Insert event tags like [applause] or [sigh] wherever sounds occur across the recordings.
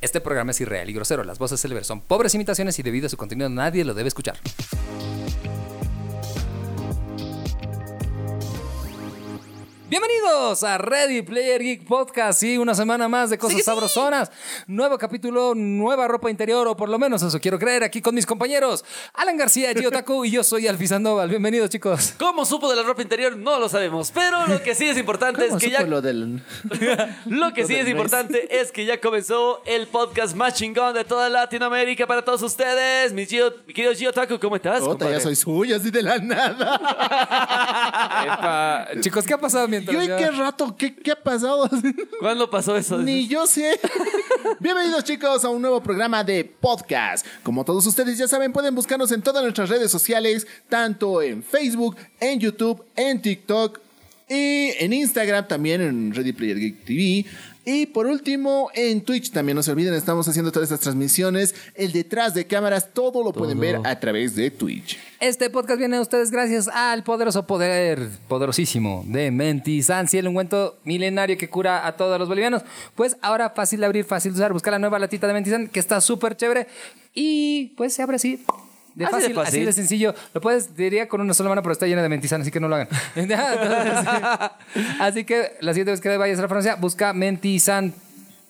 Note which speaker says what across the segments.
Speaker 1: Este programa es irreal y grosero. Las voces célebres son pobres imitaciones y debido a su contenido nadie lo debe escuchar. Bienvenidos a Ready Player Geek Podcast y una semana más de cosas
Speaker 2: Sí, sí.
Speaker 1: sabrosonas. Nuevo capítulo, nueva ropa interior, o por lo menos eso quiero creer, aquí con mis compañeros Alan García, Gio Taku y yo soy Alfie Sandoval. Bienvenidos, chicos.
Speaker 2: ¿Cómo supo de la ropa interior? No lo sabemos. Pero lo que sí es importante es
Speaker 3: ¿Cómo
Speaker 2: que
Speaker 3: supo
Speaker 2: ya.
Speaker 3: lo del...
Speaker 2: [laughs] Lo que
Speaker 3: lo
Speaker 2: sí
Speaker 3: del
Speaker 2: es
Speaker 3: mes?
Speaker 2: importante es que ya comenzó el podcast más chingón de toda Latinoamérica para todos ustedes. Mi, Gio- mi querido Gio Taku, ¿cómo estás?
Speaker 3: Puta, ya
Speaker 2: compadre?
Speaker 3: soy suyo, así de la nada.
Speaker 1: Epa, chicos, ¿qué ha pasado mientras
Speaker 3: Yo, ¿y
Speaker 1: yo-
Speaker 3: qué rato? ¿Qué, qué ha pasado? [laughs]
Speaker 2: ¿Cuándo pasó eso?
Speaker 3: Ni yo sé. Bienvenidos chicos a un nuevo programa de podcast. Como todos ustedes ya saben, pueden buscarnos en todas nuestras redes sociales, tanto en Facebook, en YouTube, en TikTok y en Instagram también en Ready Player Geek TV. Y por último, en Twitch también no se olviden, estamos haciendo todas estas transmisiones, el detrás de cámaras, todo lo pueden ver a través de Twitch.
Speaker 1: Este podcast viene a ustedes gracias al poderoso poder, poderosísimo de Mentisansi, el ungüento milenario que cura a todos los bolivianos. Pues ahora fácil de abrir, fácil de usar. Busca la nueva latita de Mentizan que está súper chévere y pues se abre así. De
Speaker 2: Así de
Speaker 1: fácil, así de,
Speaker 2: fácil.
Speaker 1: sencillo. Lo puedes, diría con una sola mano, pero está llena de mentizan, así que no lo hagan. [laughs] Entonces, así que la siguiente vez que vayas a la Francia, busca mentizan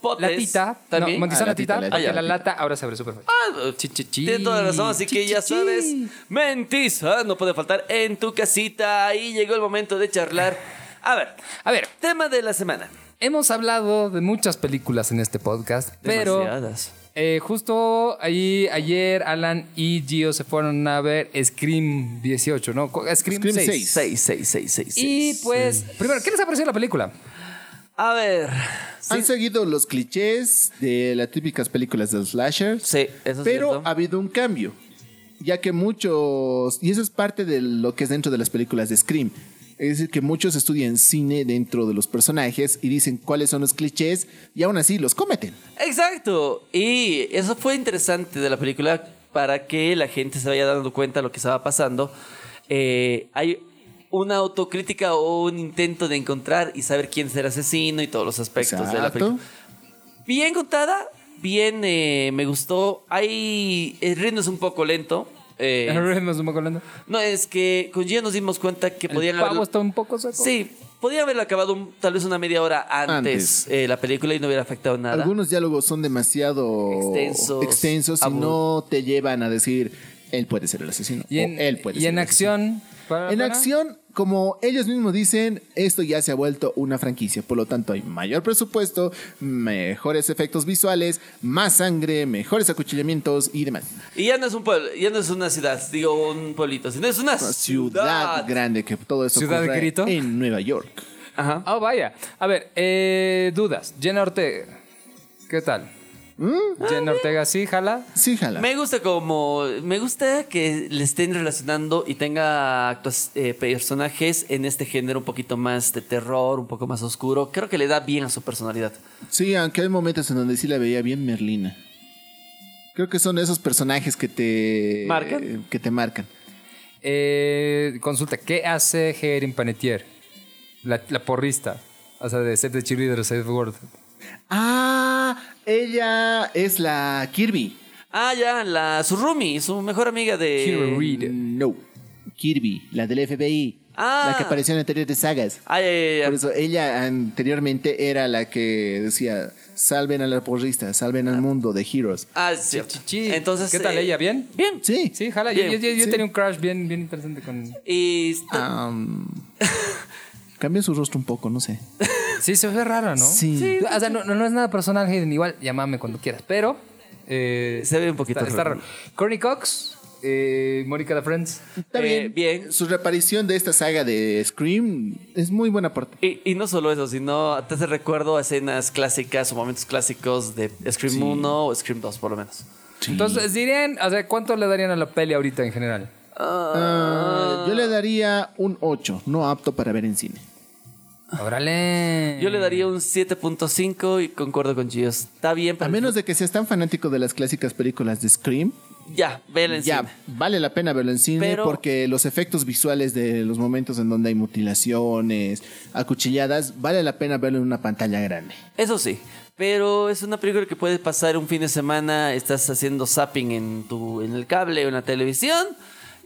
Speaker 2: Potes,
Speaker 1: latita.
Speaker 2: también.
Speaker 1: No, mentizan
Speaker 3: Ah,
Speaker 1: latita,
Speaker 3: latita,
Speaker 1: porque la
Speaker 2: latita.
Speaker 1: lata ahora se abre súper fácil.
Speaker 2: Ah,
Speaker 1: Chi, chi, chi.
Speaker 2: Tienes toda la razón, así que
Speaker 1: Chi,
Speaker 2: ya
Speaker 1: chi, chi.
Speaker 2: sabes, mentiza no puede faltar en tu casita. Ahí llegó el momento de charlar. A ver,
Speaker 1: A ver,
Speaker 2: tema de la semana.
Speaker 1: Hemos hablado de muchas películas en este podcast, pero
Speaker 2: Demasiadas.
Speaker 1: eh, justo ahí ayer Alan y Gio se fueron a ver Scream 18, ¿no? Co- Scream,
Speaker 3: Scream
Speaker 1: 6.
Speaker 3: 6.
Speaker 2: Seis, seis, seis, seis,
Speaker 1: Y
Speaker 2: seis.
Speaker 1: pues, primero, ¿qué les ha parecido la película?
Speaker 2: A ver,
Speaker 3: Han seguido los clichés de las típicas películas de slashers.
Speaker 2: Sí, eso es
Speaker 3: Pero
Speaker 2: cierto.
Speaker 3: ha habido un cambio. Ya que muchos. Y eso es parte de lo que es dentro de las películas de Scream. Es decir, que muchos estudian cine dentro de los personajes y dicen cuáles son los clichés y aún así los cometen.
Speaker 2: Exacto. Y eso fue interesante de la película para que la gente se vaya dando cuenta de lo que estaba pasando. Eh, hay una autocrítica o un intento de encontrar y saber quién es el asesino y todos los aspectos de la película. Bien contada, bien eh, me gustó. Hay el ritmo es un poco lento. eh,
Speaker 1: Nos vamos hablando.
Speaker 2: no es que con Gio nos dimos cuenta que podían
Speaker 1: El pavo está un poco seco.
Speaker 2: Sí, podía haberlo acabado un- tal vez una media hora antes,
Speaker 3: Antes.
Speaker 2: eh, la película y no hubiera afectado nada.
Speaker 3: Algunos diálogos son demasiado
Speaker 2: Extensos,
Speaker 3: extensos y
Speaker 2: abu-
Speaker 3: no te llevan a decir él puede ser el asesino.
Speaker 1: Y en,
Speaker 3: o él
Speaker 1: y
Speaker 3: puede ser
Speaker 1: en
Speaker 3: el asesino".
Speaker 1: acción. ¿para-
Speaker 3: En
Speaker 1: para?
Speaker 3: acción, como ellos mismos dicen, esto ya se ha vuelto una franquicia. Por lo tanto, hay mayor presupuesto, mejores efectos visuales, más sangre, mejores acuchillamientos y demás.
Speaker 2: Y ya no es un pueblo, ya no es una ciudad, digo un pueblito, sino es una
Speaker 3: Una
Speaker 2: ciudad.
Speaker 3: ciudad grande que todo eso
Speaker 1: ¿Ciudad
Speaker 3: ocurre
Speaker 1: grito?
Speaker 3: en Nueva York.
Speaker 2: Ajá.
Speaker 1: Oh, vaya. A ver, eh, dudas. Jenna Ortega. ¿Qué tal?
Speaker 3: ¿Mm?
Speaker 1: Jenna Ortega, sí, jala.
Speaker 3: Sí, jala.
Speaker 2: Me gusta como me gusta que le estén relacionando y tenga actua- eh, personajes en este género un poquito más de terror, un poco más oscuro. Creo que le da bien a su personalidad.
Speaker 3: Sí, aunque hay momentos en donde sí la veía bien Merlina. Creo que son esos personajes que te
Speaker 2: ¿Marcan?
Speaker 3: que te marcan.
Speaker 1: Eh, consulta, ¿qué hace Gerin Panetier? La, la porrista. O sea, de Save the Cheerleader, Save the World.
Speaker 3: Ah, ella es la Kirby.
Speaker 2: Ah, ya, la su roomie, su mejor amiga de
Speaker 1: Hero Reed.
Speaker 3: No, Kirby, la del FBI.
Speaker 2: Ah.
Speaker 3: La que apareció en anteriores sagas.
Speaker 2: Ay, ay, ay,
Speaker 3: Por
Speaker 2: ay.
Speaker 3: eso ella anteriormente era la que decía, salven a la porrista, salven al mundo de Heroes.
Speaker 2: Ah, es cierto.
Speaker 1: Chi, chi, chi.
Speaker 2: Entonces, eh,
Speaker 1: ¿Qué tal ella? ¿Bien?
Speaker 2: Bien.
Speaker 3: Sí.
Speaker 1: Sí, jala. Yo,
Speaker 2: Bien,
Speaker 1: yo- yo
Speaker 3: sí.
Speaker 1: tenía un crush bien, bien interesante con.
Speaker 2: Y está-
Speaker 3: Am, cambia su rostro un poco, no sé.
Speaker 1: Sí, se ve raro, ¿no?
Speaker 3: Sí. Sí.
Speaker 1: O sea, no, no- no es nada personal, Hayden. Igual, llámame cuando quieras. Pero. eh,
Speaker 2: Se ve un poquito
Speaker 1: está, está
Speaker 2: raro.
Speaker 1: raro. Courtney Cox, eh, Mónica de Friends.
Speaker 3: Está
Speaker 2: Eh,
Speaker 3: bien.
Speaker 2: bien.
Speaker 3: Su reaparición de esta saga de Scream es muy buena parte.
Speaker 2: Y, y no solo eso, sino te hace recuerdo a escenas clásicas o momentos clásicos de Scream 1 o Scream 2, por lo menos.
Speaker 1: Entonces, dirían, o sea, ¿cuánto le darían a la peli ahorita en general?
Speaker 3: Ah, yo le daría un 8, no apto para ver en cine.
Speaker 1: Órale.
Speaker 2: Yo le daría un 7.5 y concuerdo con Gio. Está bien,
Speaker 3: A
Speaker 2: pero
Speaker 3: menos de que seas tan fanático de las clásicas películas de Scream,
Speaker 2: ya, vela
Speaker 3: ya
Speaker 2: encima.
Speaker 3: vale la pena verlo en cine
Speaker 2: Pero-
Speaker 3: porque los efectos visuales de los momentos en donde hay mutilaciones, acuchilladas, vale la pena verlo en una pantalla grande.
Speaker 2: Eso sí, Pero es una película que puedes pasar un fin de semana, estás haciendo zapping en, tu, en el cable o en la televisión,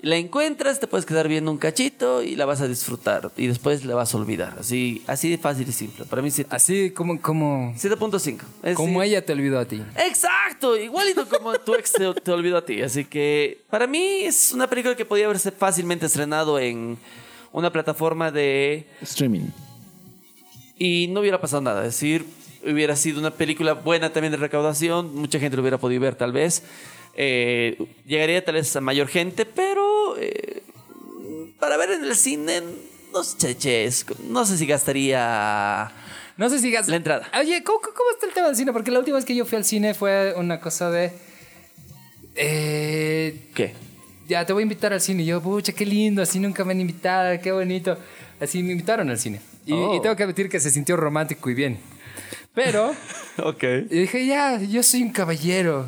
Speaker 2: la encuentras, te puedes quedar viendo un cachito y la vas a disfrutar. Y después la vas a olvidar. Así, así de fácil y simple. Para mí siete-
Speaker 1: Así como, como,
Speaker 2: 7.5. Es-
Speaker 1: como ella te olvidó a ti.
Speaker 2: Exacto, igualito como tu ex te, te olvidó a ti. Así que para mí es una película que podía haberse fácilmente estrenado en una plataforma de...
Speaker 3: Streaming.
Speaker 2: Y no hubiera pasado nada. Es decir, hubiera sido una película buena también de recaudación. Mucha gente lo hubiera podido ver tal vez. Eh, llegaría tal vez a mayor gente, pero eh, para ver en el cine, no sé, che, es- no sé si gastaría...
Speaker 1: No sé si gas-
Speaker 2: La entrada.
Speaker 1: Oye, ¿cómo, cómo- cómo está el tema del cine? Porque la última vez que yo fui al cine fue una cosa de. eh,
Speaker 2: ¿Qué?
Speaker 1: ya te voy a invitar al cine. Y yo, pucha, qué lindo, así nunca me han invitado, qué bonito. Así me invitaron al cine. Y,
Speaker 2: Oh.
Speaker 1: y tengo que admitir que se sintió romántico y bien.
Speaker 2: [laughs]
Speaker 1: Pero
Speaker 2: Ok.
Speaker 1: y dije, ya, yo soy un caballero.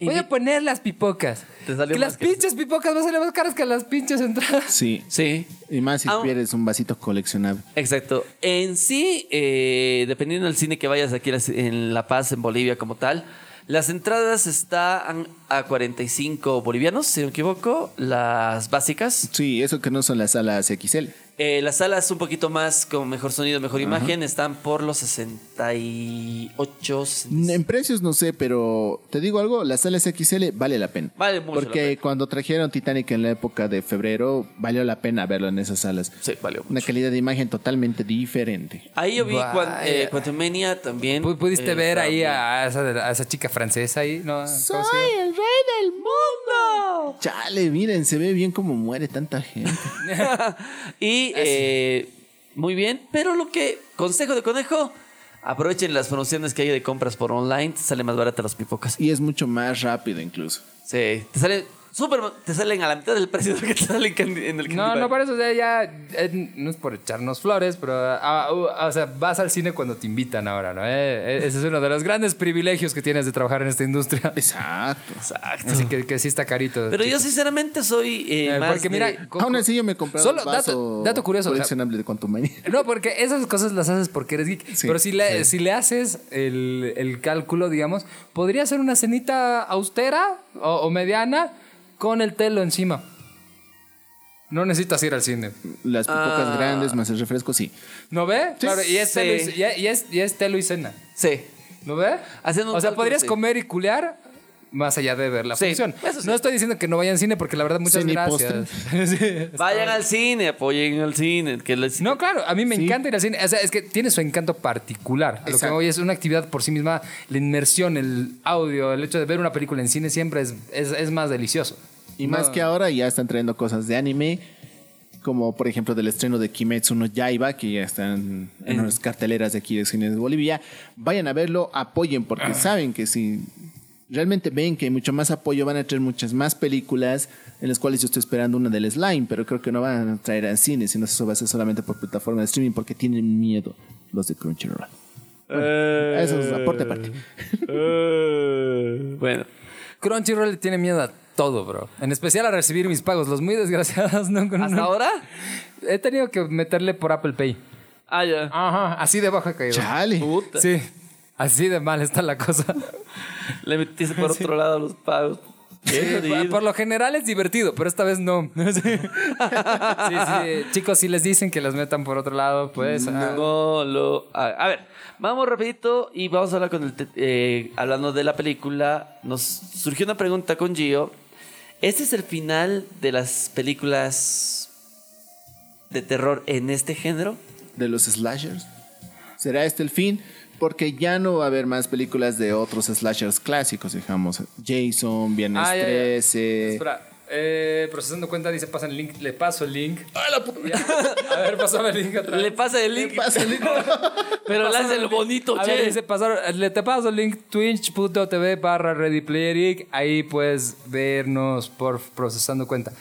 Speaker 1: Voy
Speaker 2: Invi-
Speaker 1: a poner las pipocas.
Speaker 2: Te salió
Speaker 1: que
Speaker 2: más
Speaker 1: las
Speaker 2: que-
Speaker 1: pinches pipocas van a salir más caras que las pinches entradas.
Speaker 2: [laughs]
Speaker 3: Sí.
Speaker 2: Sí.
Speaker 3: Y más si
Speaker 2: Ah,
Speaker 3: pierdes un vasito coleccionable.
Speaker 2: Exacto. En sí, eh, dependiendo del cine que vayas aquí las- en La Paz, en Bolivia como tal, las entradas están a 45 bolivianos, si no me equivoco, las básicas.
Speaker 3: Sí, eso que no son las salas XL.
Speaker 2: Eh, las salas un poquito más con mejor sonido, mejor imagen, están por los 68. 67.
Speaker 3: En precios no sé, pero te digo algo, las salas XL vale la pena.
Speaker 2: Vale mucho la
Speaker 3: Porque
Speaker 2: pena.
Speaker 3: cuando trajeron Titanic en la época de febrero, valió la pena verlo en esas salas.
Speaker 2: Sí, valió mucho.
Speaker 3: Una calidad de imagen totalmente diferente.
Speaker 2: Ahí yo vi
Speaker 1: Vaya.
Speaker 2: Quan- eh, Quantumania también.
Speaker 1: Pu- ¿Pudiste
Speaker 2: eh,
Speaker 1: ver
Speaker 2: estaba
Speaker 1: ahí
Speaker 2: bien.
Speaker 1: a, a esa, a esa chica francesa ahí? ¿No? ¿Cómo se llama?
Speaker 3: el rey del mundo! Chale, miren, se ve bien como muere tanta gente.
Speaker 2: [laughs] y eh, muy bien, pero lo que consejo de conejo, aprovechen las promociones que hay de compras por online, te salen más baratas las pipocas.
Speaker 3: y es mucho más rápido incluso.
Speaker 2: Sí, te salen súper, te salen a la mitad del precio [laughs] que te salen can- en el
Speaker 1: No,
Speaker 2: Candy
Speaker 1: no,
Speaker 2: Bar.
Speaker 1: por eso, o sea, ya, eh, no es por echarnos flores, pero, ah, uh, o sea, vas al cine cuando te invitan ahora, ¿no? Eh, eh, ese es uno de los grandes privilegios que tienes de trabajar en esta industria. [laughs]
Speaker 3: Exacto.
Speaker 2: Exacto.
Speaker 1: Así que, que sí está carito.
Speaker 2: Pero yo sinceramente soy eh,
Speaker 1: Eh,
Speaker 2: más
Speaker 1: porque
Speaker 2: de-
Speaker 1: mira, co-
Speaker 3: Aún así yo me compré
Speaker 1: Solo
Speaker 3: un
Speaker 1: dato,
Speaker 3: vaso
Speaker 1: dato curioso. o sea,
Speaker 3: coleccionable de Quantumania.
Speaker 1: no, porque esas cosas las haces porque eres geek.
Speaker 3: Sí,
Speaker 1: pero si le,
Speaker 3: sí.
Speaker 1: si le haces el, el cálculo, digamos, podría ser una cenita austera o, o mediana con el telo encima. No necesitas ir al cine.
Speaker 3: Las
Speaker 1: Ah.
Speaker 3: pipocas grandes más el refresco, sí.
Speaker 1: ¿No ve? Claro, y es,
Speaker 2: Sí.
Speaker 1: telo y, y es, y es telo y cena.
Speaker 2: Sí.
Speaker 1: ¿No ve?
Speaker 2: Haciendo un
Speaker 1: o sea,
Speaker 2: cálculo,
Speaker 1: podrías
Speaker 2: sí.
Speaker 1: comer y culear más allá de ver la
Speaker 2: Sí,
Speaker 1: función.
Speaker 2: eso sí.
Speaker 1: No estoy diciendo que no vayan al cine porque la verdad muchas
Speaker 3: Cine y
Speaker 1: gracias. [laughs] Sí.
Speaker 2: Vayan al cine, apoyen al cine. Que [laughs] les-
Speaker 1: No, claro, a mí me encanta ir al cine. O sea, es que tiene su encanto particular. A lo que
Speaker 3: Exacto.
Speaker 1: voy es una actividad por sí misma, la inmersión, el audio, el hecho de ver una película en cine siempre es, es, es más delicioso.
Speaker 3: Y más que ahora ya están trayendo cosas de anime, como por ejemplo del estreno de Kimetsu no Yaiba, que ya están en las carteleras de aquí de Cines de Bolivia. Vayan a verlo, apoyen, porque saben que si realmente ven que hay mucho más apoyo, van a traer muchas más películas, en las cuales yo estoy esperando una del Slime, pero creo que no van a traer al cine, sino eso va a ser solamente por plataforma de streaming, porque tienen miedo los de Crunchyroll.
Speaker 2: Eh,
Speaker 3: Eso es aporte aparte.
Speaker 2: eh, bueno.
Speaker 1: Crunchyroll le tiene miedo a todo, bro. En especial a recibir mis pagos. Los muy desgraciados [laughs] no.
Speaker 2: ¿Hasta
Speaker 1: no-
Speaker 2: ahora?
Speaker 1: He tenido que meterle por Apple Pay.
Speaker 2: Ah, ya.
Speaker 1: Ajá, así de bajo he caído.
Speaker 3: Chale.
Speaker 2: Puta.
Speaker 1: Sí, así de mal está la cosa.
Speaker 2: Le metiste
Speaker 1: [laughs]
Speaker 2: por otro lado los pagos. Qué
Speaker 1: Sí,
Speaker 2: jodido.
Speaker 1: [laughs] por, por lo general es divertido, pero esta vez no. Sí, sí, Chicos, si les dicen que las metan por otro lado, pues. ah.
Speaker 2: No lo haga. A ver, vamos rapidito y vamos a hablar con el... te- eh, hablando de la película, nos surgió una pregunta con Gio. ¿Este es el final de las películas de terror en este género?
Speaker 3: de los slashers. ¿Será este el fin? Porque ya no va a haber más películas de otros slashers clásicos, digamos. Jason, Viernes
Speaker 1: Ah, ya, ya.
Speaker 3: 13.
Speaker 1: Espera, eh, procesando cuenta, dice: pasan el link. Le paso el link. Ya. [laughs] A ver, pasame el link
Speaker 2: [laughs]
Speaker 1: otra vez.
Speaker 2: Ah. Le pasa el link,
Speaker 3: Pasa
Speaker 2: [laughs]
Speaker 3: el-
Speaker 2: pero le hace el bonito,
Speaker 1: A
Speaker 2: che.
Speaker 1: ver, dice pasar, le te paso el link twitch.tv barra Ready Player Geek. Ahí puedes vernos por procesando cuenta.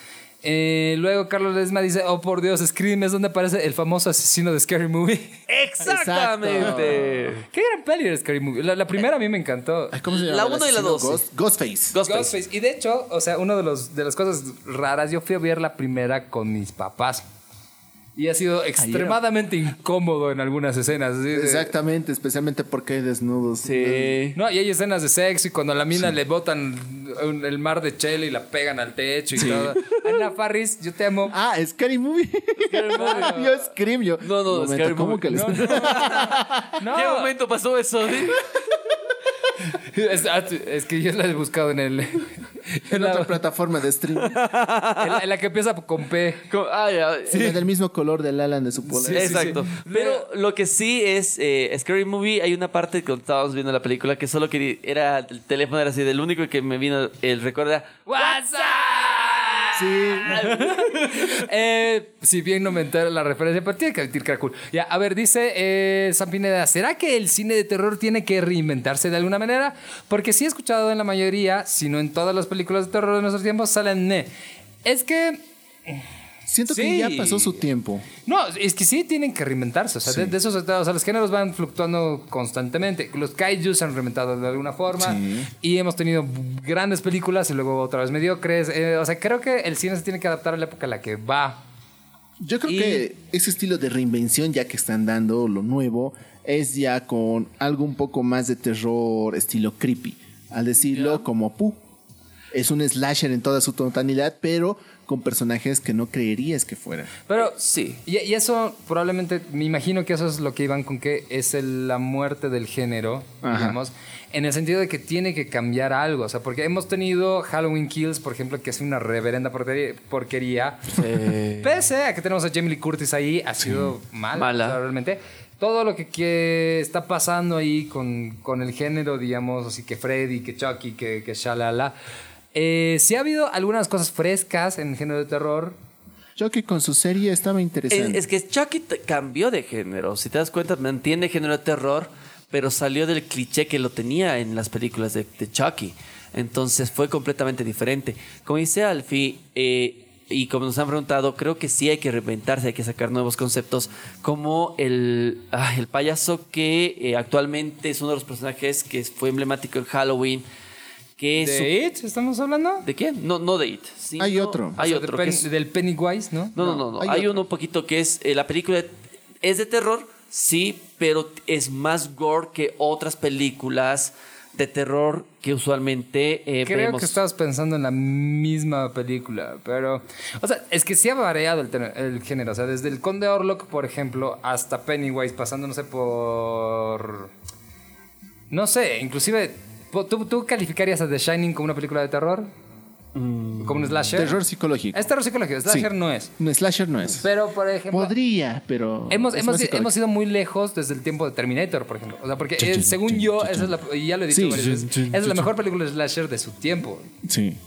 Speaker 1: Eh, luego Carlos Lesma dice, oh por Dios, Scream es donde aparece el famoso asesino de Scary Movie.
Speaker 2: Exactamente.
Speaker 1: Qué gran peli era Scary Movie. La, la primera a mí me encantó.
Speaker 3: Ay, ¿Cómo se llama?
Speaker 2: La
Speaker 3: el
Speaker 2: uno y la
Speaker 3: asesino?
Speaker 2: dos, sí.
Speaker 3: Ghost- Ghostface.
Speaker 2: Ghostface.
Speaker 1: Ghostface. Y de hecho, o sea, una de, los, de las cosas raras, yo fui a ver la primera con mis papás. Y ha sido extremadamente incómodo en algunas escenas. así de-
Speaker 3: Exactamente, especialmente porque hay desnudos.
Speaker 2: Sí.
Speaker 1: No, y hay escenas de sexo y cuando a la mina le botan un- el mar de chela y la pegan al techo y todo. Ana Farris, yo te
Speaker 3: [laughs]
Speaker 1: amo.
Speaker 3: Ah, Scary Movie. [laughs] yo Scream, yo.
Speaker 2: No, no,
Speaker 3: Un momento,
Speaker 2: Scary
Speaker 3: ¿cómo
Speaker 2: Movie.
Speaker 3: que les-
Speaker 1: No, No,
Speaker 2: ¿Qué momento pasó eso? sí?
Speaker 1: Es, ah, es que yo la he buscado en el. [laughs] En
Speaker 3: En
Speaker 1: la,
Speaker 3: otra plataforma de stream.
Speaker 2: [laughs]
Speaker 1: en la- en la que empieza con P.
Speaker 2: [laughs] Como- ah, ya.
Speaker 3: La del mismo color del Alan de su polar.
Speaker 1: Sí, sí,
Speaker 2: Pues, Exacto.
Speaker 1: sí.
Speaker 2: Pero lo que sí es, eh, Scary Movie, hay una parte cuando estábamos viendo la película que solo que era, el teléfono era así, del único que me vino el recuerdo era,
Speaker 1: What's up? [laughs] Eh, si bien no me entero la referencia, pero tiene que admitir que era cool. Ya, a ver, dice eh, Sam Pineda, ¿será que el cine de terror tiene que reinventarse de alguna manera? Porque sí he escuchado en la mayoría, si no en todas las películas de terror de nuestros tiempos, salen ne. Es que,
Speaker 3: Siento
Speaker 1: Sí.
Speaker 3: que ya pasó su tiempo.
Speaker 1: no, es que sí tienen que reinventarse. O sea, de, de esos, o sea, los géneros van fluctuando constantemente. Los kaijus se han reinventado de alguna forma y hemos tenido grandes películas y luego otra vez mediocres. Eh, o sea, creo que el cine se tiene que adaptar a la época a la que va.
Speaker 3: Yo creo
Speaker 1: Y-
Speaker 3: que ese estilo de reinvención ya que están dando lo nuevo es ya con algo un poco más de terror, estilo creepy. Al decirlo como Pu. Es un slasher en toda su totalidad, pero con personajes que no creerías que fueran.
Speaker 1: Pero
Speaker 2: sí.
Speaker 1: Y, y eso probablemente, me imagino que eso es lo que iban con que es el- la muerte del género,
Speaker 3: Ajá.
Speaker 1: digamos, en el sentido de que tiene que cambiar algo, o sea, porque hemos tenido Halloween Kills, por ejemplo, que es una reverenda portería- porquería, [laughs] pese a que tenemos a Jamie Lee Curtis ahí, ha sido mal,
Speaker 2: Mala.
Speaker 1: realmente. Todo lo que, que está pasando ahí con, con el género, digamos, así que Freddy, que Chucky, que, que Shalala. Eh, sí ha habido algunas cosas frescas en el género de terror,
Speaker 3: Yo que con su serie estaba
Speaker 2: Es,
Speaker 3: interesante.
Speaker 2: es que Chucky t- cambió de género. Si te das cuenta, mantiene género de terror, pero salió del cliché que lo tenía en las películas de, de Chucky. Entonces fue completamente diferente. Como dice Alfie, eh, y como nos han preguntado, creo que sí hay que reinventarse, hay que sacar nuevos conceptos. Como el, ah, el payaso que eh, actualmente es uno de los personajes que fue emblemático en Halloween. Que su-
Speaker 1: ¿De It? ¿Estamos hablando?
Speaker 2: ¿De quién? No, no de It. sino-
Speaker 3: Hay otro.
Speaker 2: Hay
Speaker 1: O sea, de
Speaker 2: otro. que
Speaker 1: Pen-
Speaker 2: es-
Speaker 1: Del Pennywise, ¿no?
Speaker 2: no, no, no, no.
Speaker 3: hay
Speaker 2: Hay,
Speaker 3: otro.
Speaker 2: uno un poquito que es. eh, la película es de terror, sí, pero es más gore que otras películas de terror que usualmente eh,
Speaker 1: Creo
Speaker 2: vemos.
Speaker 1: que estabas pensando en la misma película, pero... O sea, es que sí ha variado el, ten- el género. O sea, desde el Conde Orlok, por ejemplo, hasta Pennywise, pasando, no sé, por... No sé, inclusive... po- ¿Tú, tú calificarías a The Shining como una película de terror? ¿Como un slasher?
Speaker 3: Mm, terror psicológico.
Speaker 1: Es terror psicológico, slasher
Speaker 3: Sí.
Speaker 1: no es.
Speaker 3: No, slasher no es.
Speaker 1: Pero, por ejemplo...
Speaker 3: Podría, pero.
Speaker 1: Hemos,
Speaker 3: es
Speaker 1: hemos,
Speaker 3: más psicológico.
Speaker 1: hemos ido muy lejos desde el tiempo de Terminator, por ejemplo. O sea, porque eh, según yo, esa es la, y ya lo he dicho
Speaker 3: Sí.
Speaker 1: varias veces, esa es la mejor película de slasher de su tiempo.
Speaker 3: Sí.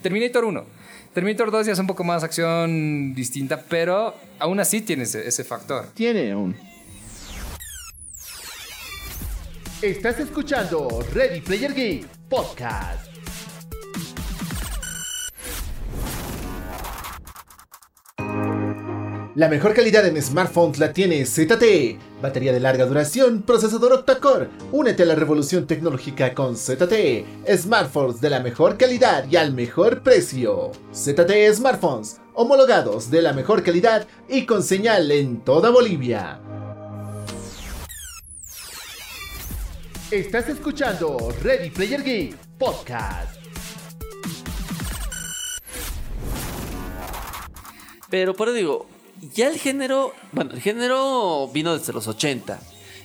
Speaker 1: Terminator 1. Terminator 2 ya es un poco más acción distinta, pero aún así tiene ese, ese factor.
Speaker 3: Tiene un.
Speaker 4: Estás escuchando Ready Player Geek Podcast. La mejor calidad en smartphones la tiene ZTE. Batería de larga duración, procesador octa-core. Únete a la revolución tecnológica con ZTE. Smartphones de la mejor calidad y al mejor precio. ZTE Smartphones, homologados de la mejor calidad y con señal en toda Bolivia. Estás escuchando Ready Player Geek Podcast.
Speaker 2: Pero por eso digo, ya el género. Bueno, el género vino desde los 80.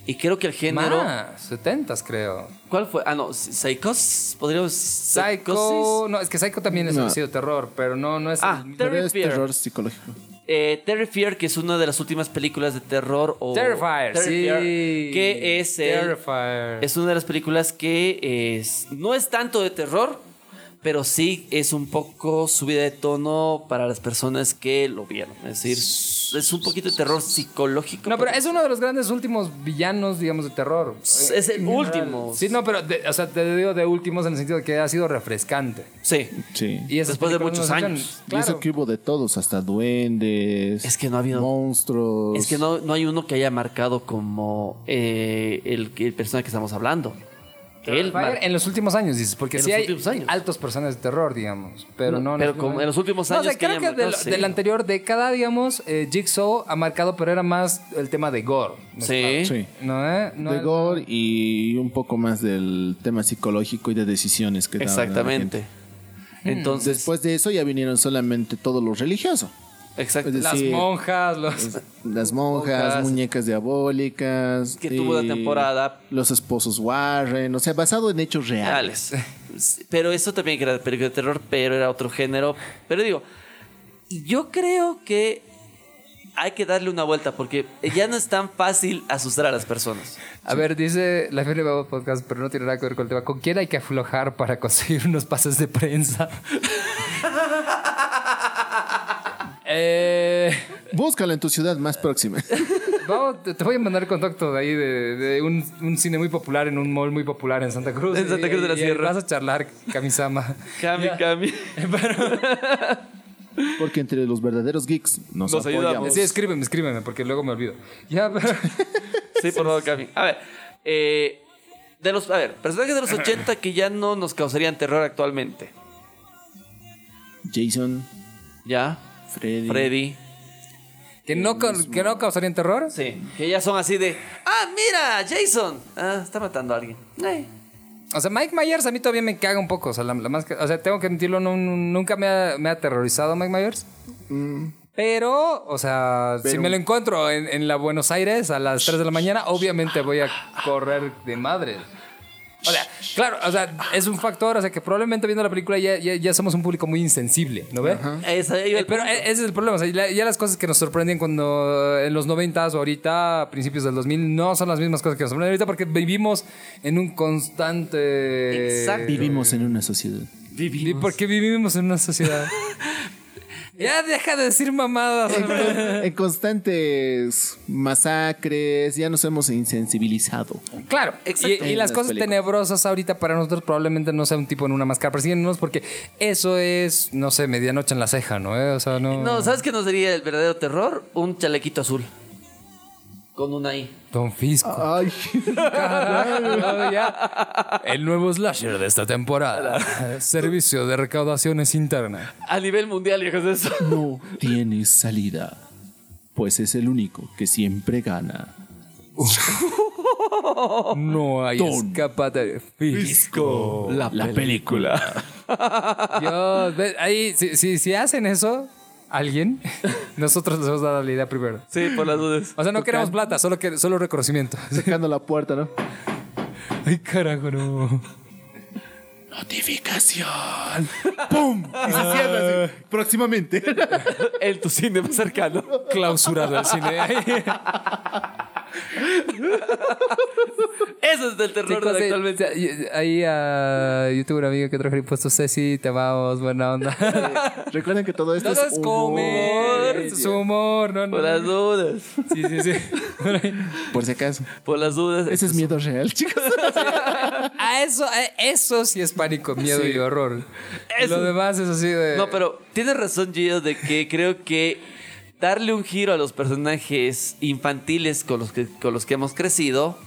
Speaker 2: Y creo que el género.
Speaker 1: Más, 70 creo.
Speaker 2: ¿Cuál fue? Ah, no, psicosis. Podríamos. Psychosis.
Speaker 1: Psycho. No, es que Psycho también es
Speaker 3: No.
Speaker 1: ha sido terror, pero no, no es.
Speaker 2: Ah,
Speaker 1: el-
Speaker 2: Terry
Speaker 3: Pero es
Speaker 2: Fear.
Speaker 3: terror psicológico.
Speaker 2: Eh, Terry Fear, que es una de las últimas películas de terror. O
Speaker 1: Terrifier,
Speaker 2: Terry
Speaker 1: sí.
Speaker 2: Fear, que es el-
Speaker 1: Terrifier.
Speaker 2: Es una de las películas que es- no es tanto de terror, pero sí es un poco subida de tono para las personas que lo vieron. Es decir, es un poquito de terror psicológico.
Speaker 1: No, pero es uno de los grandes últimos villanos, digamos, de terror.
Speaker 2: Es el
Speaker 1: En general.
Speaker 2: último.
Speaker 1: Sí, no, pero, de- o sea, te digo de últimos en el sentido de que ha sido refrescante.
Speaker 2: Sí.
Speaker 3: Sí.
Speaker 1: Y esas
Speaker 2: Después de
Speaker 1: películas
Speaker 2: muchos
Speaker 1: nos echan-
Speaker 2: años.
Speaker 1: Claro.
Speaker 3: Y eso que hubo de todos, hasta duendes.
Speaker 2: Es que no ha habido-
Speaker 3: Monstruos.
Speaker 2: Es que no, no hay uno que haya marcado como eh, el, el personaje que estamos hablando.
Speaker 1: Fire
Speaker 2: El mar-
Speaker 1: en los últimos años, dices, porque
Speaker 2: En
Speaker 1: sí
Speaker 2: los
Speaker 1: hay
Speaker 2: últimos años.
Speaker 1: altos personajes de terror, digamos, pero no...
Speaker 2: No, pero como en los últimos
Speaker 1: No, o sea,
Speaker 2: años que
Speaker 1: creo que,
Speaker 2: ya-
Speaker 1: de
Speaker 2: no
Speaker 1: la-
Speaker 2: sé.
Speaker 1: de la anterior década, digamos, eh, Jigsaw ha marcado, pero era más el tema de gore. ¿no?
Speaker 2: Sí.
Speaker 3: Sí.
Speaker 1: ¿No, eh? No
Speaker 3: de
Speaker 1: el-
Speaker 3: gore y un poco más del tema psicológico y de decisiones que daban a la gente.
Speaker 2: Exactamente.
Speaker 1: Hmm.
Speaker 2: Entonces,
Speaker 3: Después de eso ya vinieron solamente todo lo religioso.
Speaker 2: exacto.
Speaker 3: es
Speaker 1: Las
Speaker 3: decir,
Speaker 1: monjas, los...
Speaker 2: [laughs]
Speaker 3: Las monjas,
Speaker 2: Monjas.
Speaker 3: muñecas diabólicas.
Speaker 2: Que tuvo la
Speaker 3: y
Speaker 2: temporada.
Speaker 3: Los esposos Warren, o sea, basado en hechos reales.
Speaker 2: reales. Pero eso también era película de terror, pero era otro género. Pero digo, yo creo que hay que darle una vuelta porque ya no es tan fácil asustar a las personas.
Speaker 1: A ver, dice la Fiebre Babo Podcast, pero no tiene nada que ver con el tema. ¿Con quién hay que aflojar para [laughs] conseguir unos pases de prensa? [laughs] eh,
Speaker 3: Búscalo en tu ciudad
Speaker 2: [laughs]
Speaker 3: más próxima.
Speaker 1: vamos, te te voy a mandar contacto de ahí, de, de un, un cine muy popular, en un mall muy popular en Santa Cruz.
Speaker 2: [laughs] En Santa Cruz de la
Speaker 1: Y- y ahí
Speaker 2: Sierra.
Speaker 1: Vas a charlar, Kamisama.
Speaker 2: Cami,
Speaker 1: Ya.
Speaker 2: Cami.
Speaker 3: Porque entre los verdaderos geeks nos,
Speaker 2: Nos
Speaker 3: apoyamos.
Speaker 2: ayudamos.
Speaker 1: Sí, escríbeme, escríbeme, porque luego me olvido. Ya,
Speaker 2: [laughs]
Speaker 1: pero...
Speaker 2: Sí, por favor, Cami. A ver, eh, de los, a ver, personajes de los 80 que ya no nos causarían terror actualmente.
Speaker 3: Jason,
Speaker 2: ¿Ya?
Speaker 3: Freddy.
Speaker 2: Freddy.
Speaker 1: ¿Que no, cau- ¿Que no causarían terror?
Speaker 2: Sí. Que ya son así de, ah, mira, Jason. Ah, está matando a alguien. Ay.
Speaker 1: O sea, Mike Myers a mí todavía me caga un poco. O sea, la- la máscara- o sea, tengo que admitirlo, no- no- nunca me ha, me ha aterrorizado Mike Myers. Pero, o sea, si
Speaker 3: Pero-
Speaker 1: me lo encuentro en, en la Buenos Aires a las 3 de la mañana, obviamente voy a correr de madre. O sea, claro, o sea, es un factor, o sea, que probablemente viendo la película ya, ya, ya somos un público muy insensible, ¿no ves?
Speaker 2: Esa- ahí va el
Speaker 1: Pero
Speaker 2: punto.
Speaker 1: e- ese es el problema. o sea, la- ya las cosas que nos sorprenden cuando eh, en los 90s o ahorita, a principios del 2000, no son las mismas cosas que nos sorprenden ahorita porque vivimos en un constante.
Speaker 2: Exacto.
Speaker 3: Vivimos en una sociedad.
Speaker 1: ¿Y por qué vivimos en una
Speaker 2: [laughs]
Speaker 1: sociedad? ya deja de decir mamadas. hombre.
Speaker 2: [laughs]
Speaker 3: [laughs] en constantes masacres, ya nos hemos insensibilizado.
Speaker 1: Claro, y,
Speaker 2: Exacto.
Speaker 1: y
Speaker 3: En
Speaker 1: las
Speaker 3: las
Speaker 1: cosas
Speaker 3: películas.
Speaker 1: tenebrosas ahorita para nosotros probablemente no sea un tipo en una máscara persiguiéndonos porque eso es, no sé, medianoche en la ceja, ¿no? Eh, O sea, no.
Speaker 2: No, ¿sabes qué nos daría el verdadero terror? Un chalequito azul. Con una I.
Speaker 1: Don Fisco.
Speaker 3: Ay,
Speaker 1: Claro, ya. El nuevo slasher de esta temporada. Servicio de recaudaciones internas.
Speaker 2: A nivel mundial, hijos de eso.
Speaker 3: no tienes salida. Pues es el único que siempre gana.
Speaker 1: No hay
Speaker 3: Don
Speaker 1: escapatoria. Fisco.
Speaker 3: La, película.
Speaker 1: Dios, ve, ahí, si, si, si hacen eso, alguien, [laughs] nosotros les vamos a dar la idea primero.
Speaker 2: Sí, por las dudas.
Speaker 1: O sea, no queremos plata, solo, que, solo reconocimiento.
Speaker 3: Sacando la puerta, ¿no?
Speaker 1: Ay, carajo, no.
Speaker 3: Notificación. Ah. ¡Pum! Y se cierra así. Próximamente.
Speaker 2: [laughs] El tu cine más cercano.
Speaker 1: Clausurado el cine.
Speaker 2: Eso es del terror
Speaker 1: Chicos,
Speaker 2: de
Speaker 1: eh,
Speaker 2: actualmente.
Speaker 1: y- ahí a yo tuve un amigo que trajo el impuesto Ceci, te vamos, buena onda.
Speaker 3: Recuerden que todo esto
Speaker 1: Todo
Speaker 3: es
Speaker 1: es
Speaker 3: humor.
Speaker 1: comer, es humor, no, no.
Speaker 2: Por las dudas.
Speaker 1: Sí, sí, sí. Por ahí.
Speaker 3: Por si acaso.
Speaker 2: Por las dudas.
Speaker 3: Ese es miedo real, chicos.
Speaker 1: A eso, a eso sí es pánico, miedo y horror.
Speaker 2: Eso.
Speaker 1: Lo demás es así de.
Speaker 2: No, pero tienes razón, Gio, de que creo que darle un giro a los personajes infantiles con los que, con los que hemos crecido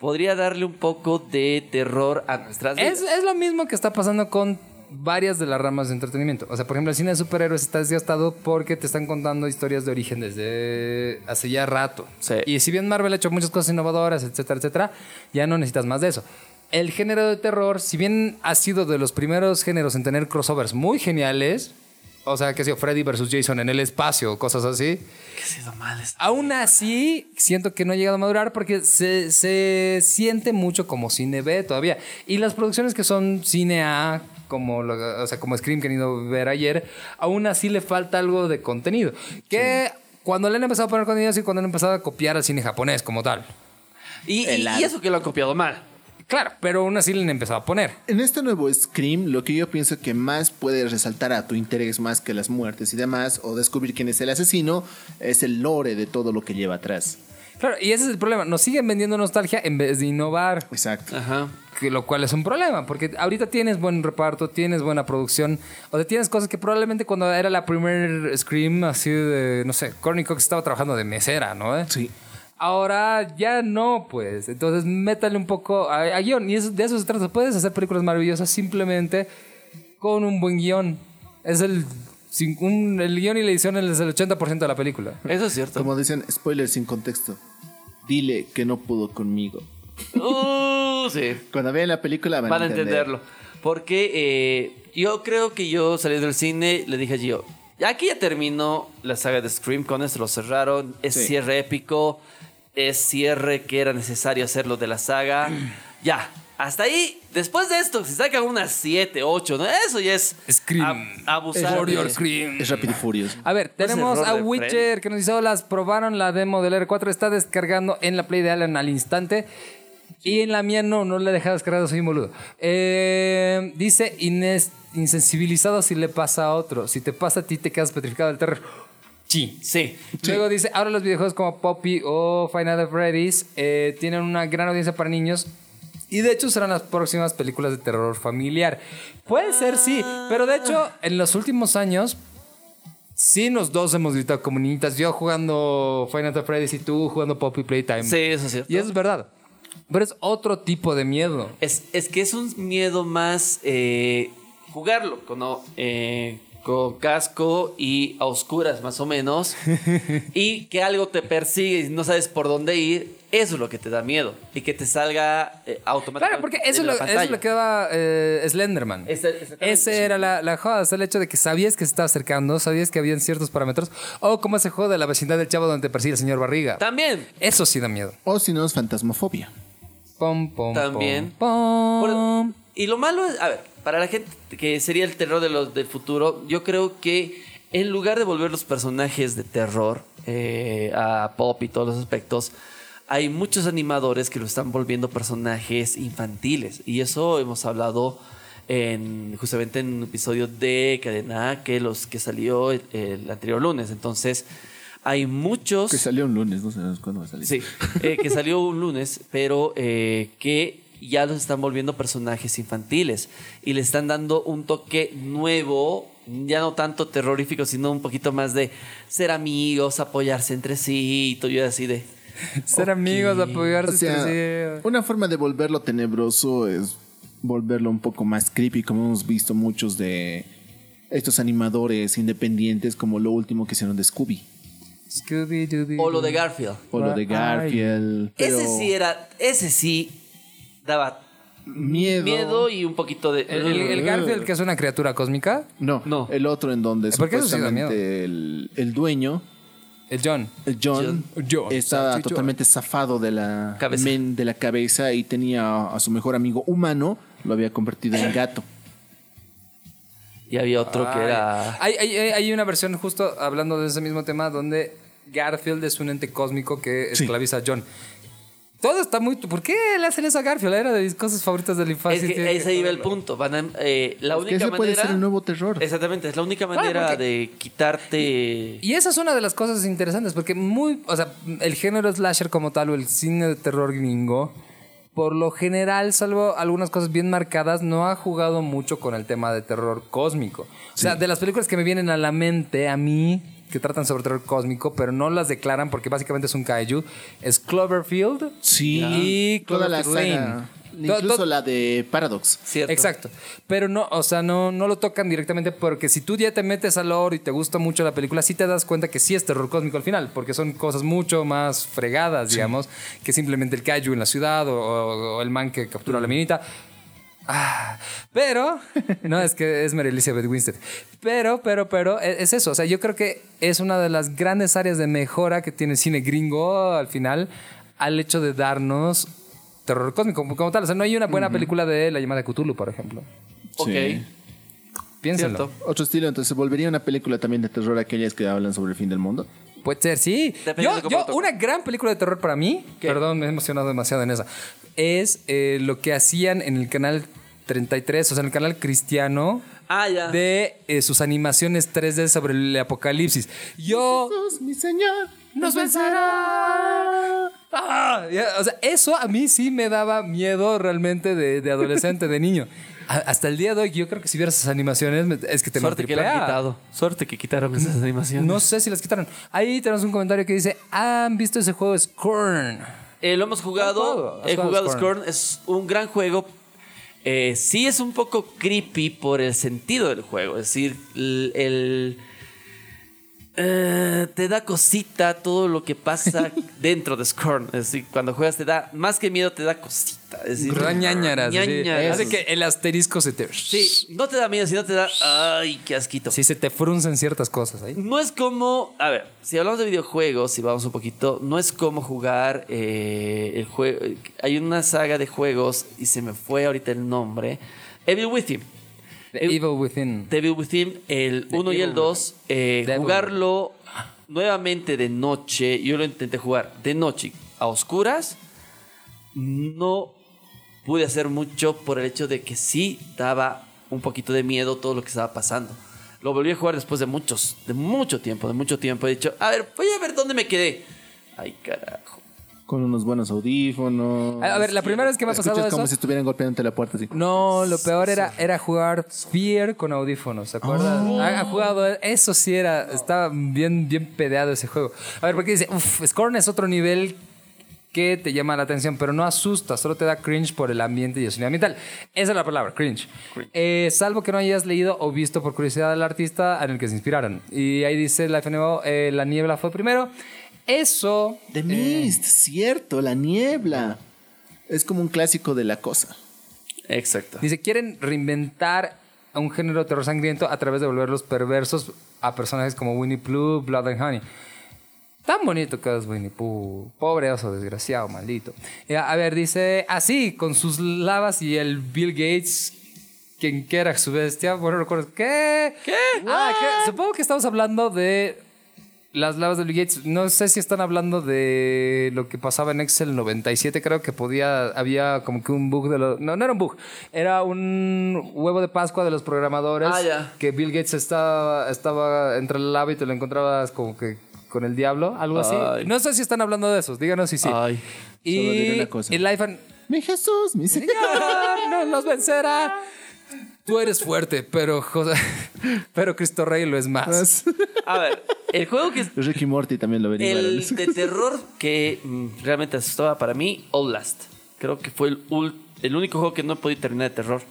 Speaker 2: podría darle un poco de terror a nuestras
Speaker 1: Es,
Speaker 2: vidas.
Speaker 1: es lo mismo que está pasando con varias de las ramas de entretenimiento. O sea, por ejemplo, el cine de superhéroes está desgastado porque te están contando historias de origen desde hace ya rato.
Speaker 2: Sí.
Speaker 1: Y si bien Marvel ha hecho muchas cosas innovadoras, etcétera, etcétera, ya no necesitas más de eso. El género de terror, si bien ha sido de los primeros géneros en tener crossovers muy geniales, o sea, que ha sido Freddy versus Jason en el espacio, cosas así.
Speaker 2: ¿Qué ha sido mal esto?
Speaker 1: Aún así, siento que no ha llegado a madurar porque se, se siente mucho como cine B todavía. Y las producciones que son cine A, como, lo- o sea, como Scream que han ido a ver ayer, aún así le falta algo de contenido. Que cuando le han empezado a poner contenido y cuando han empezado a copiar al cine japonés como tal.
Speaker 2: Y, y-
Speaker 3: El
Speaker 2: y
Speaker 3: ar-
Speaker 2: eso que lo han copiado mal.
Speaker 1: Claro, pero aún así le han empezado a poner.
Speaker 3: En este nuevo Scream, lo que yo pienso que más puede resaltar a tu interés más que las muertes y demás, o descubrir quién es el asesino, es el lore de todo lo que lleva atrás.
Speaker 1: Claro, y ese es el problema. Nos siguen vendiendo nostalgia en vez de innovar.
Speaker 3: Exacto.
Speaker 2: Ajá.
Speaker 1: que lo cual es un problema, porque ahorita tienes buen reparto, tienes buena producción, o sea, tienes cosas que probablemente cuando era la primer Scream, así de, no sé, Corny Cox estaba trabajando de mesera, ¿no?
Speaker 3: Sí.
Speaker 1: Ahora ya no, pues. Entonces, métale un poco a, a guión. Y eso- de eso se trata. Puedes hacer películas maravillosas simplemente con un buen guión. Es el, cin- un- el guión y la edición es el 80% de la película.
Speaker 2: Eso es cierto.
Speaker 3: Como dicen, spoiler sin contexto. Dile que no pudo conmigo.
Speaker 2: Uh, sí.
Speaker 3: Cuando vean la película van,
Speaker 2: Van a entenderlo. Porque eh, yo creo que yo salí del cine, le dije a Gio, aquí ya terminó la saga de Scream, con esto lo cerraron, es
Speaker 3: Sí.
Speaker 2: cierre épico, es cierre que era necesario hacerlo de la saga. [clears throat] ya, hasta ahí, después de esto, si sacan unas 7, 8, ¿no? eso ya es
Speaker 1: Scream.
Speaker 2: ab- abusar. de-
Speaker 3: Es rápido y furioso.
Speaker 1: A ver,
Speaker 2: Pues
Speaker 1: tenemos
Speaker 2: error
Speaker 1: a
Speaker 2: de
Speaker 1: Witcher
Speaker 2: Freddy.
Speaker 1: que nos dice, las probaron la demo del R4, está descargando en la Play de Alan al instante. Y en la mía no, no la he dejado descargada, soy un boludo. Eh, dice Inés, insensibilizado si le pasa a otro. Si te pasa a ti, te quedas petrificado del terror. Sí.
Speaker 2: Sí.
Speaker 1: Luego dice, ahora los videojuegos como Poppy o Final of Freddy's eh, tienen una gran audiencia para niños. Y de hecho serán las próximas películas de terror familiar. Puede ser, sí. Pero de hecho, en los últimos años, sí los dos hemos gritado como niñitas. Yo jugando Final of Freddy's y tú jugando Poppy Playtime.
Speaker 2: Sí, eso es cierto.
Speaker 1: Y eso es verdad. Pero es otro tipo de miedo.
Speaker 2: Es, es que es un miedo más eh, jugarlo con, o- eh, con casco y a oscuras más o menos y que algo te persigue y no sabes por dónde ir. Eso es lo que te da miedo y que te salga eh, automáticamente.
Speaker 1: Claro, porque eso es,
Speaker 2: en
Speaker 1: lo,
Speaker 2: la
Speaker 1: eso es
Speaker 2: pantalla.
Speaker 1: lo que daba eh, Slenderman.
Speaker 2: Ese- exactamente.
Speaker 1: Ese era la, la joda, o sea, el hecho de que sabías que se estaba acercando, sabías que habían ciertos parámetros, o como ese juego de la vecindad del chavo donde te persigue el señor Barriga.
Speaker 2: También.
Speaker 1: Eso sí da miedo.
Speaker 3: O si no, es fantasmofobia.
Speaker 1: Pom, pom,
Speaker 2: También.
Speaker 1: pom,
Speaker 2: Por-
Speaker 1: pom.
Speaker 2: y lo malo es, a ver, para la gente que sería el terror de los del futuro, yo creo que en lugar de volver los personajes de terror eh, a pop y todos los aspectos, hay muchos animadores que lo están volviendo personajes infantiles. Y eso hemos hablado en, justamente en un episodio de Cadena que los que salió el, el anterior lunes. Entonces, hay muchos
Speaker 3: Que salió un lunes, no sabemos cuándo va a salir.
Speaker 2: Pues- Sí, eh, que salió un lunes, pero eh, que ya los están volviendo personajes infantiles y le están dando un toque nuevo, ya no tanto terrorífico, sino un poquito más de ser amigos, apoyarse entre sí y todo yo así de...
Speaker 1: Ser amigos, apoyarse.
Speaker 3: O sea,
Speaker 1: entre sí.
Speaker 3: una forma de volverlo tenebroso es volverlo un poco más creepy, como hemos visto muchos de estos animadores independientes, como lo último que hicieron de Scooby
Speaker 1: Scooby-Dooby.
Speaker 2: O lo de Garfield.
Speaker 3: o lo de
Speaker 1: Ah, Ay.
Speaker 3: Garfield. pero
Speaker 2: Ese sí era, ese sí daba
Speaker 3: miedo.
Speaker 2: miedo y un poquito de...
Speaker 1: El, el- el Garfield, que es una criatura cósmica,
Speaker 3: No,
Speaker 2: No.
Speaker 3: el otro en donde
Speaker 1: Porque eso sí da miedo.
Speaker 3: supuestamente el, el dueño,
Speaker 1: el John.
Speaker 3: el John,
Speaker 1: John. John.
Speaker 3: estaba
Speaker 1: Sí, John.
Speaker 3: totalmente zafado de la,
Speaker 2: Cabeza.
Speaker 3: men- de la cabeza y tenía a su mejor amigo humano, lo había convertido en gato.
Speaker 2: Y había otro que
Speaker 1: Ay.
Speaker 2: era...
Speaker 1: Hay, hay- hay- hay una versión justo hablando de ese mismo tema donde Garfield es un ente cósmico que
Speaker 3: Sí.
Speaker 1: esclaviza a John. Todo está muy... ¿Por qué le hacen eso a Garfield? Era de mis cosas favoritas de la infancia.
Speaker 2: Es que
Speaker 1: Tiene
Speaker 2: ese iba el
Speaker 1: saberlo.
Speaker 2: punto. Van a- eh, la
Speaker 3: Es que
Speaker 2: única
Speaker 3: ese
Speaker 2: manera...
Speaker 3: puede ser el nuevo terror.
Speaker 2: Exactamente, es la única manera
Speaker 1: porque-
Speaker 2: de quitarte.
Speaker 1: Y esa es una de las cosas interesantes, porque muy, o sea, el género slasher como tal o el cine de terror gringo, por lo general, salvo algunas cosas bien marcadas, no ha jugado mucho con el tema de terror cósmico. O sea, de las películas que me vienen a la mente, a mí, que tratan sobre terror cósmico, pero no las declaran porque básicamente es un kaiju, es Cloverfield
Speaker 3: Sí,
Speaker 1: y
Speaker 3: toda la
Speaker 1: Cloverfield
Speaker 3: saga,
Speaker 1: Lane. To-
Speaker 3: incluso
Speaker 1: to-
Speaker 3: la de Paradox.
Speaker 2: ¿cierto?
Speaker 1: Exacto. Pero no, o sea, no, no lo tocan directamente porque si tú ya te metes al lore y te gusta mucho la película, sí te das cuenta que sí es terror cósmico al final, porque son cosas mucho más fregadas, digamos, que simplemente el kaiju en la ciudad o, o- o el man que captura a la minita. Ah, pero, no, es que es Mary Elizabeth Winstead. Pero, pero, pero, e- es eso. O sea, yo creo que es una de las grandes áreas de mejora que tiene el cine gringo al final, al hecho de darnos terror cósmico como, como tal. O sea, no hay una buena película de la llamada Cthulhu, por ejemplo.
Speaker 2: Ok.
Speaker 3: Sí.
Speaker 1: Piénsenlo.
Speaker 2: Cierto.
Speaker 3: Otro estilo, entonces volvería una película también de terror aquellas que hablan sobre el fin del mundo.
Speaker 1: Puede ser, sí.
Speaker 2: Depende
Speaker 1: Yo,
Speaker 2: de cómo
Speaker 1: yo,
Speaker 2: lo toques.
Speaker 1: una gran película de terror para mí,
Speaker 2: ¿Qué?
Speaker 1: perdón, me he emocionado demasiado en esa, es eh, lo que hacían en el canal 33, o sea, en el canal cristiano.
Speaker 2: Ah, ya.
Speaker 1: de eh, sus animaciones 3D sobre el apocalipsis. Yo
Speaker 3: Jesús, mi Señor,
Speaker 1: nos vencerá. Ah, ya, o sea, eso a mí sí me daba miedo realmente de, de adolescente, de niño. a- hasta el día de hoy, yo creo que si vieras esas animaciones, me- es que te
Speaker 2: Suerte que la han
Speaker 1: maltripea.
Speaker 2: quitado. Suerte que quitaron esas animaciones.
Speaker 1: No sé si las quitaron. Ahí tenemos un comentario que dice: ¿Han visto ese juego Scorn?
Speaker 2: Eh, lo hemos
Speaker 1: jugado?
Speaker 2: jugado.
Speaker 1: ¿Has
Speaker 2: He
Speaker 1: jugado
Speaker 2: jugado
Speaker 1: Scorn?
Speaker 2: Scorn. Es un gran juego. Eh, sí es un poco creepy por el sentido del juego. Es decir, el... el- eh, te da cosita todo lo
Speaker 1: [laughs]
Speaker 2: que pasa dentro de Scorn. Es decir, cuando juegas te da... Más que miedo, te da cosita. Es decir,
Speaker 1: Te da ñañaras. así.
Speaker 2: ñañaras.
Speaker 1: Hace que el asterisco se te.
Speaker 2: Sí, no te da miedo, sino te da... ¡Ay, qué asquito!
Speaker 1: Sí, se te fruncen ciertas cosas ahí.
Speaker 2: No es como. A ver, si hablamos de videojuegos, si vamos un poquito, no es como jugar eh, el juego. Hay una saga de juegos y se me fue ahorita el nombre. Evil Within. Eh,
Speaker 1: The Evil Within.
Speaker 2: Devil Within, el
Speaker 1: The
Speaker 2: 1 y
Speaker 1: Evil
Speaker 2: el 2, eh,
Speaker 1: Devil.
Speaker 2: jugarlo nuevamente de noche. Yo lo intenté jugar de noche a oscuras. No pude hacer mucho por el hecho de que sí daba un poquito de miedo todo lo que estaba pasando. Lo volví a jugar después de muchos, de mucho tiempo, de mucho tiempo. He dicho, a ver, voy a ver dónde me quedé. Ay, carajo.
Speaker 3: Con unos buenos audífonos.
Speaker 1: A ver, la primera vez que me ha pasado
Speaker 3: Escuchas
Speaker 1: eso.
Speaker 3: como si estuvieran golpeándote la puerta así.
Speaker 1: No, lo peor era, era jugar Fear con audífonos, ¿se acuerdan? Ha, ha jugado, eso sí era, estaba bien, bien pedeado ese juego. A ver, porque dice, uff, Scorn es otro nivel que te llama la atención, pero no asusta, solo te da cringe por el ambiente y el sonido ambiental. Esa es la palabra, cringe. Eh, salvo que no hayas leído o visto por curiosidad al artista en el que se inspiraron. Y ahí dice la FNO, eh, la niebla fue primero. Eso...
Speaker 3: The Mist, cierto, la niebla. Es como un clásico de la cosa.
Speaker 2: Exacto.
Speaker 1: Dice, quieren reinventar a un género de terror sangriento a través de volverlos perversos a personajes como Winnie Pooh, Blood and Honey. Tan bonito que es Winnie Pooh. Pobre oso, desgraciado, maldito. Eh, a ver, dice, así, con sus lavas y el Bill Gates, quien que era su bestia. Bueno, no recuerdo. ¿Qué? ¿Qué? Ah, ¿qué? Supongo que estamos hablando de las lavas de Bill Gates, no sé si están hablando de lo que pasaba en Excel 97, creo que podía, había como que un bug de los... No, no era un bug, era un huevo de Pascua de los programadores
Speaker 2: Ah, ya.
Speaker 1: que Bill Gates estaba, estaba entre el lava y te lo encontrabas como que con el diablo, algo así.
Speaker 2: Ay.
Speaker 1: No sé si están hablando de esos, díganos si sí.
Speaker 2: Ay.
Speaker 3: Solo diré
Speaker 1: y
Speaker 3: una cosa.
Speaker 1: el iPhone...
Speaker 3: Mi Jesús, mi Señor.
Speaker 1: Señor, no nos vencerá. Tú eres fuerte, pero, jo- [laughs] pero Cristo Rey lo es más.
Speaker 2: A ver, el juego que
Speaker 3: Ricky Morty también lo averiguaron.
Speaker 2: El de terror que mm, realmente asustaba para mí, All Last. Creo que fue el, ul- el único juego que no he podido terminar de terror.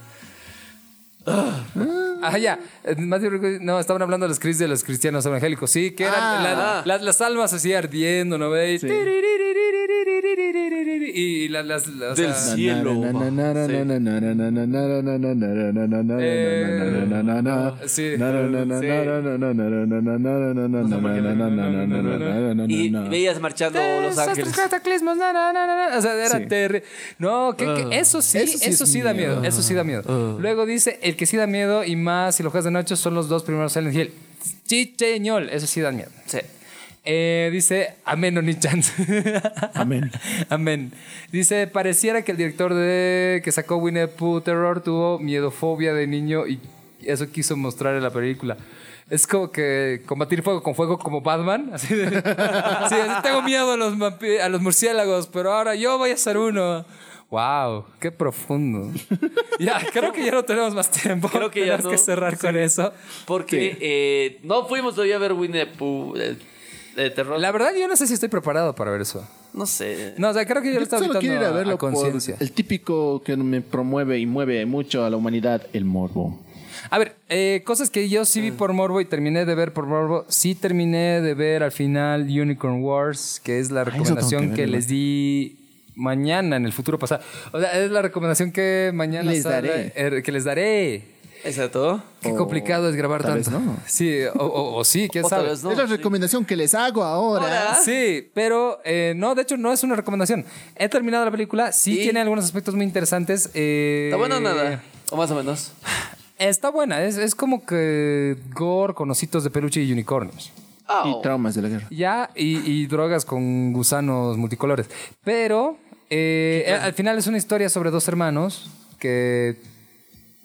Speaker 1: [laughs] Ah, ya. Eh, Matthew Rico- No, estaban hablando de los, cris- de los cristianos evangélicos. Sí, que eran
Speaker 3: Ah.
Speaker 1: la- las- las almas así ardiendo, ¿no veis? Y las... las- o sea,
Speaker 2: Del cielo.
Speaker 1: Eh,
Speaker 2: Y veías marchando Los
Speaker 1: Desastres,
Speaker 2: Ángeles.
Speaker 1: cataclismos, na, na, na, na, na. O sea, era
Speaker 3: Sí.
Speaker 1: terri- No, que, que eso sí, eso
Speaker 3: Eso
Speaker 1: sí,
Speaker 3: sí es
Speaker 1: da
Speaker 3: miedo.
Speaker 1: miedo. Eso sí da miedo. Luego dice, el que sí da miedo y más si lo juegas de noche son los dos primeros Silent Hill. Chicheñol, eso sí da miedo. Sí. Eh, dice, amén, ni chance. [laughs]
Speaker 3: Amén.
Speaker 1: Amén. Dice, pareciera que el director de que sacó Winnie the Pooh Terror tuvo miedofobia de niño y eso quiso mostrar en la película. Es como que combatir fuego con fuego como Batman. [laughs] Así de- sí, así, tengo miedo a los, vampi- a los murciélagos, pero ahora yo voy a ser uno. Wow, qué profundo. [laughs] ya, creo que ya no tenemos más tiempo.
Speaker 2: Creo que ya
Speaker 1: Tenemos
Speaker 2: no.
Speaker 1: que cerrar con eso.
Speaker 2: Porque eh, no fuimos todavía a ver Winnie the Pooh eh, de terror.
Speaker 1: La verdad, yo no sé si estoy preparado para ver eso.
Speaker 2: no sé.
Speaker 1: No, o sea, creo que yo lo estaba
Speaker 3: Solo quiero ir
Speaker 1: evitando
Speaker 3: a
Speaker 1: a- a
Speaker 3: verlo por
Speaker 1: conciencia.
Speaker 3: el típico que me promueve y mueve mucho a la humanidad, el morbo.
Speaker 1: A ver, eh, cosas que yo sí vi
Speaker 3: Ah.
Speaker 1: por morbo y terminé de ver por morbo. Sí terminé de ver al final Unicorn Wars, que es la
Speaker 3: Ah, tengo
Speaker 1: recomendación
Speaker 3: que
Speaker 1: que,
Speaker 3: verlo.
Speaker 1: les di mañana en el futuro pasado. O sea, es la recomendación que mañana
Speaker 3: Les
Speaker 1: sale,
Speaker 3: daré.
Speaker 1: er, que les daré.
Speaker 2: Exacto.
Speaker 1: Qué
Speaker 3: O
Speaker 1: complicado es grabar
Speaker 3: tal
Speaker 1: tanto.
Speaker 3: vez no.
Speaker 1: Sí, o, o- o sí, quién
Speaker 2: Otra
Speaker 1: sabe. Ah,
Speaker 2: vez, ¿no?
Speaker 3: es la
Speaker 2: Sí.
Speaker 3: recomendación que les hago ahora.
Speaker 2: Ahora.
Speaker 1: Sí, pero eh, no, de hecho no es una recomendación. He terminado la película, sí
Speaker 2: Sí.
Speaker 1: tiene algunos aspectos muy interesantes. eh,
Speaker 2: ¿Está bueno o nada? O más o menos.
Speaker 1: Está buena, es, es como que gore con ositos de peluche y unicornios.
Speaker 2: Au.
Speaker 3: Y traumas de la guerra.
Speaker 1: Ya, y, y drogas con gusanos multicolores. Pero eh, eh, al final es una historia sobre dos hermanos que.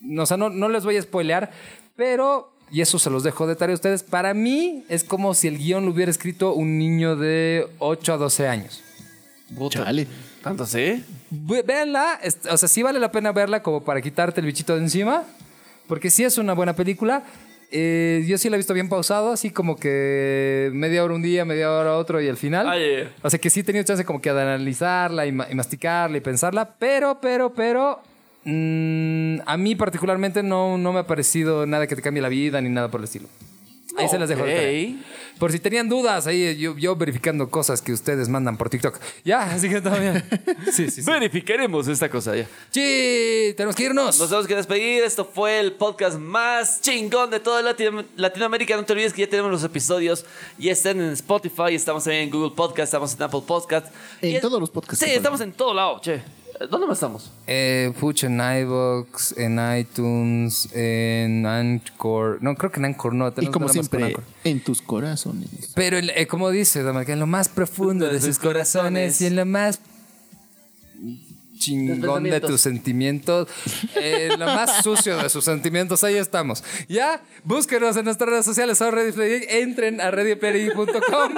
Speaker 1: No, o sea, no, no les voy a spoilear, pero. Y eso se los dejo de tarea a ustedes. Para mí es como si el guión lo hubiera escrito un niño de 8 a 12 años.
Speaker 2: Puta.
Speaker 3: Chale.
Speaker 2: ¿Tanto sí?
Speaker 1: Ve- Véanla, es- o sea, sí vale la pena verla como para quitarte el bichito de encima, porque sí es una buena película. Eh, yo sí la he visto bien pausado, así como que media hora un día, media hora otro y al final.
Speaker 2: Ah, ya, ya.
Speaker 1: O sea que sí he tenido chance como que de analizarla y, ma- y masticarla y pensarla, pero, pero, pero... mm, a mí particularmente no, no me ha parecido nada que te cambie la vida ni nada por el estilo. Ahí se las dejo. de tarea.
Speaker 2: Ok.
Speaker 1: Por si tenían dudas, ahí yo, yo verificando cosas que ustedes mandan por TikTok. Ya, así que
Speaker 2: [laughs]
Speaker 1: todavía. Sí, sí, sí.
Speaker 2: Verificaremos esta cosa ya.
Speaker 1: Sí, tenemos que irnos.
Speaker 2: Nos tenemos que despedir. Esto fue el podcast más chingón de toda Latino- Latinoamérica. No te olvides que ya tenemos los episodios. Ya están en Spotify, estamos también en Google Podcast, estamos en Apple Podcast.
Speaker 3: En
Speaker 2: Y es-
Speaker 3: todos los podcasts.
Speaker 2: Sí, estamos en todo lado, che. Eh, ¿Dónde más estamos?
Speaker 1: Eh, pucha, en iVoox, en iTunes, en Anchor. No, creo que en Anchor no.
Speaker 3: Y
Speaker 1: tenemos
Speaker 3: como
Speaker 1: nada más con
Speaker 3: siempre,
Speaker 1: Anchor.
Speaker 3: en tus corazones.
Speaker 1: Pero, el- eh, como dice, Don Marqués, en lo más profundo de sus corazones y en lo más chingón de tus sentimientos, eh, en lo más sucio de sus sentimientos, ahí estamos. Ya, búsquenos en nuestras redes sociales, son Ready Player Geek, entren a readyplayergeek.com.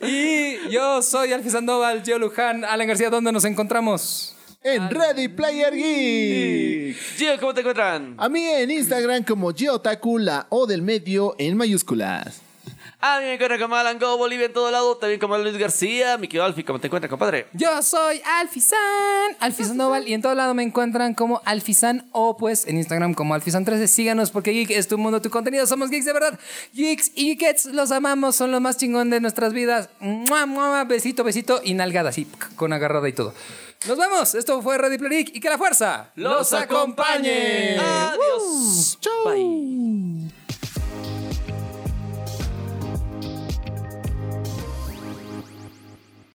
Speaker 1: Sí. Y yo soy Alfie Sandoval, Gio Luján, Alan García, ¿dónde nos encontramos?
Speaker 3: En Ready Player Geek.
Speaker 2: Gio, ¿cómo te encuentran?
Speaker 3: A mí en Instagram como Geotaku, la O del medio en mayúsculas.
Speaker 2: A mí me encuentran como Alan Go, Bolivia en todo lado. También como Luis García, mi querido Alfi, ¿cómo te encuentran, compadre?
Speaker 1: Yo soy Alfizan, Alfizan Noval, y en todo lado me encuentran como Alfizan o pues en Instagram como Alfizan13. Síganos porque Geek es tu mundo, tu contenido. Somos geeks de verdad. Geeks y geeks los amamos, son lo más chingón de nuestras vidas. Mua, mua, besito, besito y nalgada así, con agarrada y todo. Nos vemos. Esto fue Ready Player Geek y que la fuerza
Speaker 2: ¡Los acompañe! ¡Adiós!
Speaker 3: Chau.
Speaker 2: Bye.